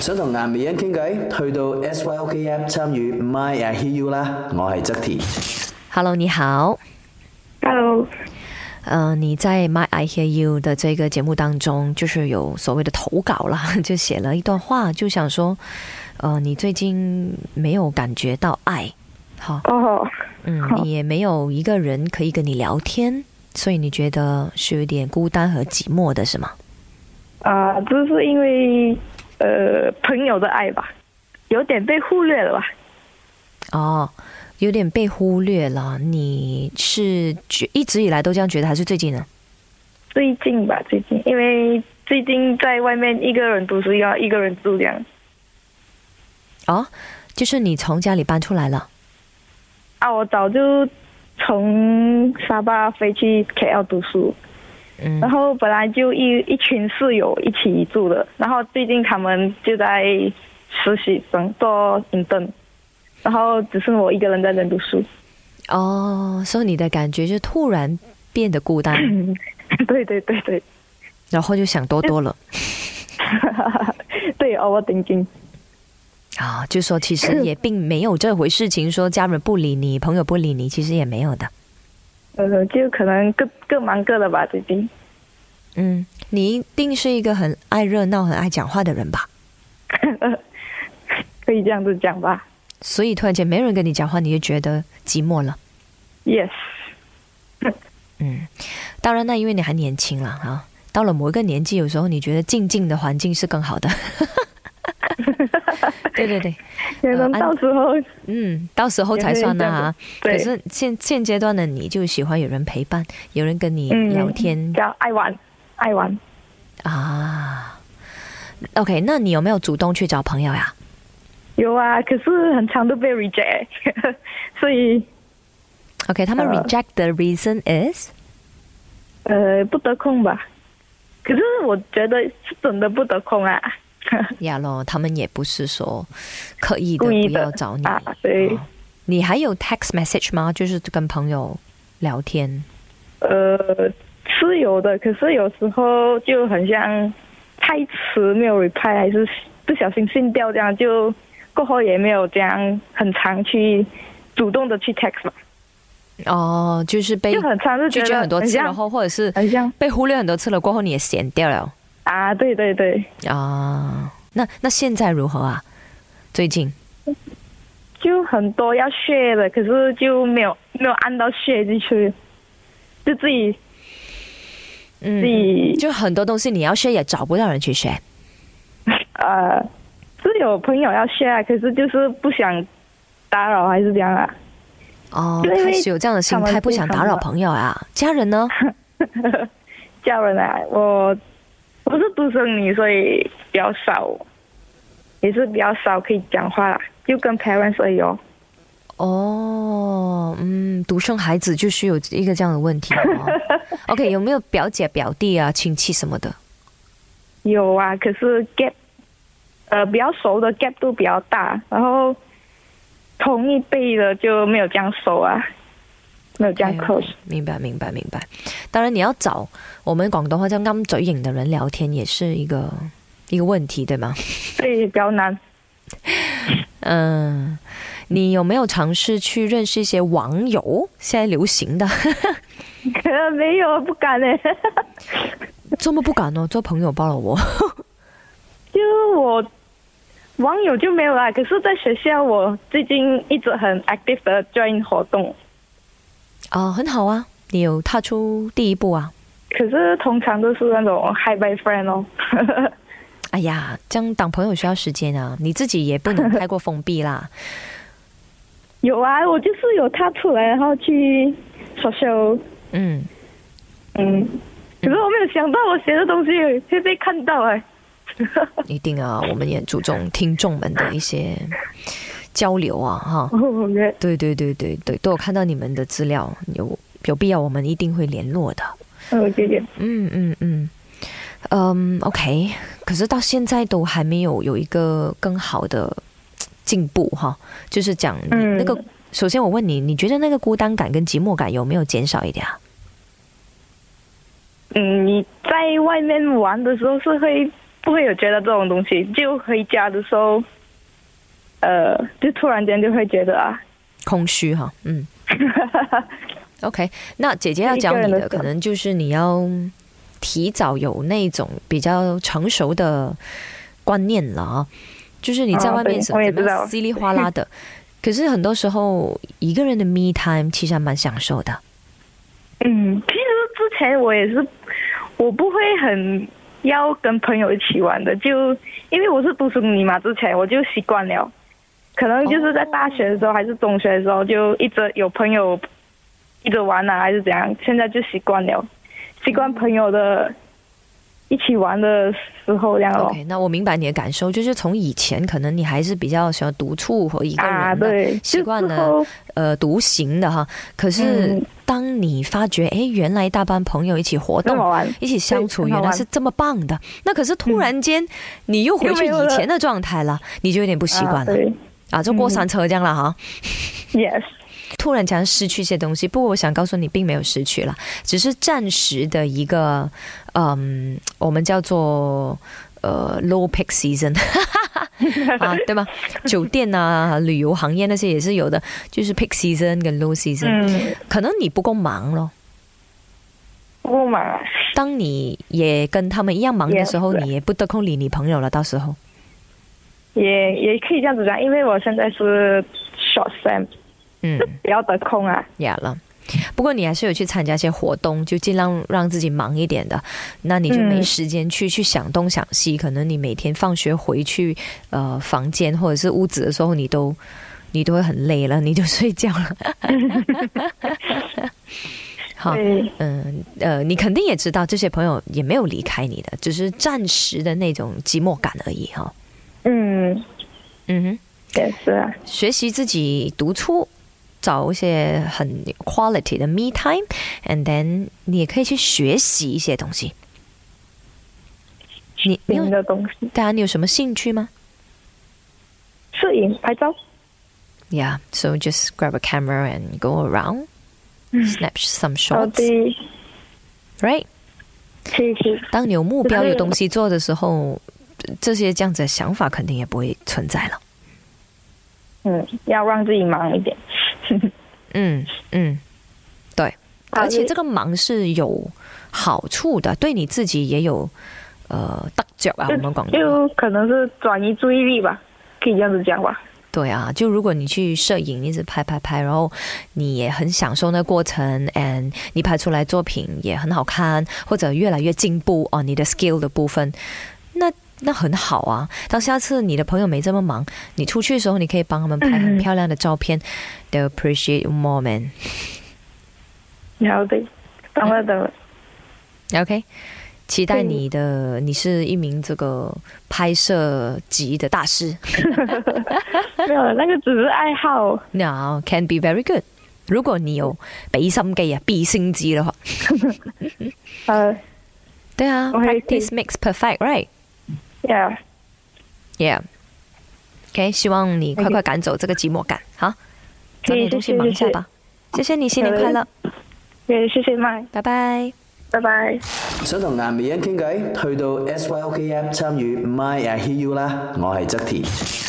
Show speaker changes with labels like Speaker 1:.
Speaker 1: 想同南美人傾偈，去到 SYOKM 參與 My I Hear You 啦，我係側田。
Speaker 2: Hello，你好。
Speaker 3: Hello，
Speaker 2: 呃，你在《My I Hear You》的这个节目当中，就是有所谓的投稿啦， 就写了一段话，就想说，呃，你最近没有感觉到爱，好，
Speaker 3: 哦，
Speaker 2: 嗯，
Speaker 3: 好
Speaker 2: 你也没有一个人可以跟你聊天，所以你觉得是有点孤单和寂寞的，是吗？
Speaker 3: 啊，这是因为呃朋友的爱吧，有点被忽略了吧？
Speaker 2: 哦，有点被忽略了。你是觉一直以来都这样觉得，还是最近呢？
Speaker 3: 最近吧，最近，因为最近在外面一个人读书，要一个人住这样。
Speaker 2: 哦，就是你从家里搬出来了。
Speaker 3: 啊，我早就从沙巴飞去 KL 读书，
Speaker 2: 嗯
Speaker 3: 然后本来就一一群室友一起住的，然后最近他们就在实习生做 intern，然后只剩我一个人在那边读书。
Speaker 2: 哦，所以你的感觉就突然变得孤单，
Speaker 3: 对对对对，
Speaker 2: 然后就想多多了
Speaker 3: 对 overthinking。
Speaker 2: 啊、就说其实也并没有这回事情，说家人不理你，朋友不理你，其实也没有的。
Speaker 3: 呃，就可能各各忙各的吧，最近。
Speaker 2: 嗯，你一定是一个很爱热闹、很爱讲话的人吧？
Speaker 3: 可以这样子讲吧。
Speaker 2: 所以突然间没人跟你讲话，你就觉得寂寞了。
Speaker 3: Yes，
Speaker 2: 嗯，当然那因为你还年轻了啊，到了某一个年纪，有时候你觉得静静的环境是更好的。 对对对，
Speaker 3: 可能
Speaker 2: 呃安
Speaker 3: 到时候、
Speaker 2: 嗯，到时候才算呢、啊。可
Speaker 3: 对
Speaker 2: 是现现阶段的你就喜欢有人陪伴，有人跟你
Speaker 3: 嗯
Speaker 2: 聊天、
Speaker 3: 叫爱玩，爱玩。
Speaker 2: 啊。OK，那你有没有主动去找朋友啊呀？
Speaker 3: 有啊，可是很长都被 reject，所 以
Speaker 2: OK，他们
Speaker 3: 呃
Speaker 2: reject 的 reason is，
Speaker 3: 呃不得空吧。可是我觉得是真的不得空啊，
Speaker 2: 呀咯，他们也不是说刻意的
Speaker 3: 故意
Speaker 2: 不
Speaker 3: 的
Speaker 2: 要找你。
Speaker 3: 啊，对，
Speaker 2: 哦你还有 text message 吗？就是跟朋友聊天。
Speaker 3: 呃是有的，可是有时候就很像太迟没有 reply，还是不小心信掉这样，就过后也没有这样很常去主动的去 text 吧，
Speaker 2: 哦，就是被
Speaker 3: 就很常就
Speaker 2: 拒
Speaker 3: 觉得
Speaker 2: 绝很多次，
Speaker 3: 像哎
Speaker 2: 然后或者是
Speaker 3: 很像
Speaker 2: 被忽略很多次了，过后你也闲掉了
Speaker 3: 啊，对对对，
Speaker 2: 啊。那那现在如何啊？最近
Speaker 3: 就很多要学的，可是就没有没有按到学进去，就自己
Speaker 2: 嗯
Speaker 3: 自己、
Speaker 2: 就很多东西你要 share 也找不到人去 share
Speaker 3: 呃，是有朋友要学啊，可是就是不想打扰还是这样啊，
Speaker 2: 哦，
Speaker 3: 对因
Speaker 2: 开
Speaker 3: 为
Speaker 2: 始有这样的心
Speaker 3: 他
Speaker 2: 态，
Speaker 3: 们
Speaker 2: 不想打扰朋友啊。家人呢？
Speaker 3: 叫人啊，我我是独生女，所以比较少，也是比较少可以讲话啦，就跟 parents 而已哦。
Speaker 2: 哦，嗯，独生孩子就是有一个这样的问题、哦。OK，有没 有表姐、表弟啊、亲戚什么的？
Speaker 3: 有啊，可是 gap，呃，比较熟的 gap 都比较大，然后同一辈的就没有这样熟啊，没有这样 close。
Speaker 2: 哎明白，明白，明白。当然，你要找我们广东话叫啱嘴型的人聊天，也是一个一个问题，对吗？
Speaker 3: 对，比较难。
Speaker 2: 嗯，你有没有尝试去认识一些网友？现在流行的，
Speaker 3: 可能没有，不敢欸嘞。
Speaker 2: 这么不敢哦，做朋友包了我。
Speaker 3: 就我网友就没有啦，可是在学校我最近一直很 active 的 join 活动，
Speaker 2: 啊、很好啊，你有踏出第一步啊！
Speaker 3: 可是通常都是那种 hi bye friend 哦。
Speaker 2: 哎呀，这样当朋友需要时间啊，你自己也不能太过封闭啦。
Speaker 3: 有啊，我就是有踏出来，然后去 social
Speaker 2: 嗯，
Speaker 3: 嗯，可是我没有想到我写的东西会被看到哎、
Speaker 2: 一定啊，我们也注重听众们的一些交流啊，哈。
Speaker 3: 哦 耶，
Speaker 2: 对对对对对，都有看到你们的资料，有有必要我们一定会联络的。
Speaker 3: 哦谢谢。
Speaker 2: 嗯嗯嗯，嗯，OK，可是到现在都还没有有一个更好的嘖进步哈，就是讲你
Speaker 3: 嗯
Speaker 2: 那个。首先，我问你，你觉得那个孤单感跟寂寞感有没有减少一点啊？
Speaker 3: 嗯，你在外面玩的时候是会不会有觉得这种东西，就回家的时候，呃，就突然间就会觉得啊，
Speaker 2: 空虚哈，嗯。OK，那姐姐要教你
Speaker 3: 一个人的
Speaker 2: 的
Speaker 3: 时候
Speaker 2: 可能就是你要提早有那种比较成熟的观念了啊，就是你在
Speaker 3: 哦
Speaker 2: 外面
Speaker 3: 对
Speaker 2: 怎
Speaker 3: 我也
Speaker 2: 怎么
Speaker 3: 知
Speaker 2: 样
Speaker 3: 道
Speaker 2: 稀里哗啦的，可是很多时候一个人的 me time 其实还蛮享受的。
Speaker 3: 嗯，其实之前我也是，我不会很要跟朋友一起玩的，就因为我是读书女嘛，之前我就习惯了，可能就是在大学的时候还是中学的时候，就一直有朋友一直玩啊，还是怎样，现在就习惯了，习惯朋友的一起玩的时候这样咯。
Speaker 2: OK，那我明白你的感受，就是从以前可能你还是比较喜欢独处和一个人的，
Speaker 3: 啊，对，
Speaker 2: 习惯
Speaker 3: 就
Speaker 2: 了
Speaker 3: 之后
Speaker 2: 呃独行的哈。可是
Speaker 3: 嗯
Speaker 2: 当你发觉，诶，原来一大班朋友一起活
Speaker 3: 那
Speaker 2: 动
Speaker 3: 么，玩，
Speaker 2: 一起相处，
Speaker 3: 嗯对
Speaker 2: 原
Speaker 3: 很好
Speaker 2: 来
Speaker 3: 玩嗯
Speaker 2: 是这么棒的。那可是突然间，你又回去
Speaker 3: 又没有
Speaker 2: 以
Speaker 3: 了
Speaker 2: 前的状态了，你就有点不习惯
Speaker 3: 啊
Speaker 2: 了
Speaker 3: 对
Speaker 2: 啊，就过山车这样了哈。
Speaker 3: ，yes，
Speaker 2: 突然间失去一些东西，不过我想告诉你，并没有失去了，只是暂时的一个，嗯，我们叫做呃 low peak season。啊，对吧？酒店啊，旅游行业那些也是有的，就是 peak season 跟 low season，、
Speaker 3: 嗯，
Speaker 2: 可能你不够忙咯。
Speaker 3: 不嘛，
Speaker 2: 当你也跟他们一样忙的时候
Speaker 3: Yes
Speaker 2: 你也不得空理你朋友了。到时候
Speaker 3: 也也可以这样子讲，因为我现在是 short sam。
Speaker 2: 嗯，
Speaker 3: 不要得空啊。
Speaker 2: 呀了。不过你还是有去参加一些活动，就尽量让自己忙一点的，那你就
Speaker 3: 嗯
Speaker 2: 没时间去、去想东想西。可能你每天放学回去，呃，房间或者是屋子的时候，你都你都会很累了，你就睡觉 了。好，
Speaker 3: 对，
Speaker 2: 嗯呃，你肯定也知道，这些朋友也没有离开你的，只是暂时的那种寂寞感而已哈、哦。
Speaker 3: 嗯，
Speaker 2: 嗯哼。
Speaker 3: 也是啊。
Speaker 2: 学习自己独处，找一些很 quality 的 me time，and then 你也可以去学习一些东西。你你
Speaker 3: 新
Speaker 2: 有
Speaker 3: 的东西，
Speaker 2: 大家你有什么兴趣吗
Speaker 3: 摄影、拍照，
Speaker 2: ？Yeah, so just grab a camera and go around,
Speaker 3: 嗯
Speaker 2: snap some
Speaker 3: 到
Speaker 2: shots,
Speaker 3: 底
Speaker 2: right？
Speaker 3: 可以可以。
Speaker 2: 当你有目标、有东西做的时候，这些这样子的想法肯定也不会存在了。
Speaker 3: 嗯，要让自己忙一点。
Speaker 2: 嗯嗯，对，
Speaker 3: 好
Speaker 2: 而且
Speaker 3: 你
Speaker 2: 这个忙是有好处的，对你自己也有呃得着啊。我们广东话
Speaker 3: 嗯就可能是转移注意力吧，可以这样子讲吧。
Speaker 2: 对啊，就如果你去摄影一直拍拍拍，然后你也很享受那过程，and 你拍出来作品也很好看，或者越来越进步哦，你的 skill 的部分，那那很好啊。当下次你的朋友没这么忙，你出去的时候，你可以帮他们拍很
Speaker 3: 嗯
Speaker 2: 漂亮的照片、t h e y appreciate you more man。
Speaker 3: 然后对，等了 等了，
Speaker 2: OK，期待
Speaker 3: 嗯
Speaker 2: 你的，你是一名这个拍摄级的大师。
Speaker 3: 没有了，那个只是爱好。
Speaker 2: Now can be very good。如果你有俾心机啊，必升之嘅話，
Speaker 3: 呃
Speaker 2: 對啊
Speaker 3: 我係
Speaker 2: ，practice makes perfect，right？Yeah。
Speaker 3: ，yeah，
Speaker 2: OK，希望你快快赶走这个寂寞感，哈，找点东西忙一下吧。谢谢你，新年快乐，
Speaker 3: 也谢谢麦，
Speaker 2: 拜拜。
Speaker 3: 拜拜。
Speaker 1: 想同顏美欣傾偈，去到 SYOK App 參與 My I Hear You 啦，我係側田。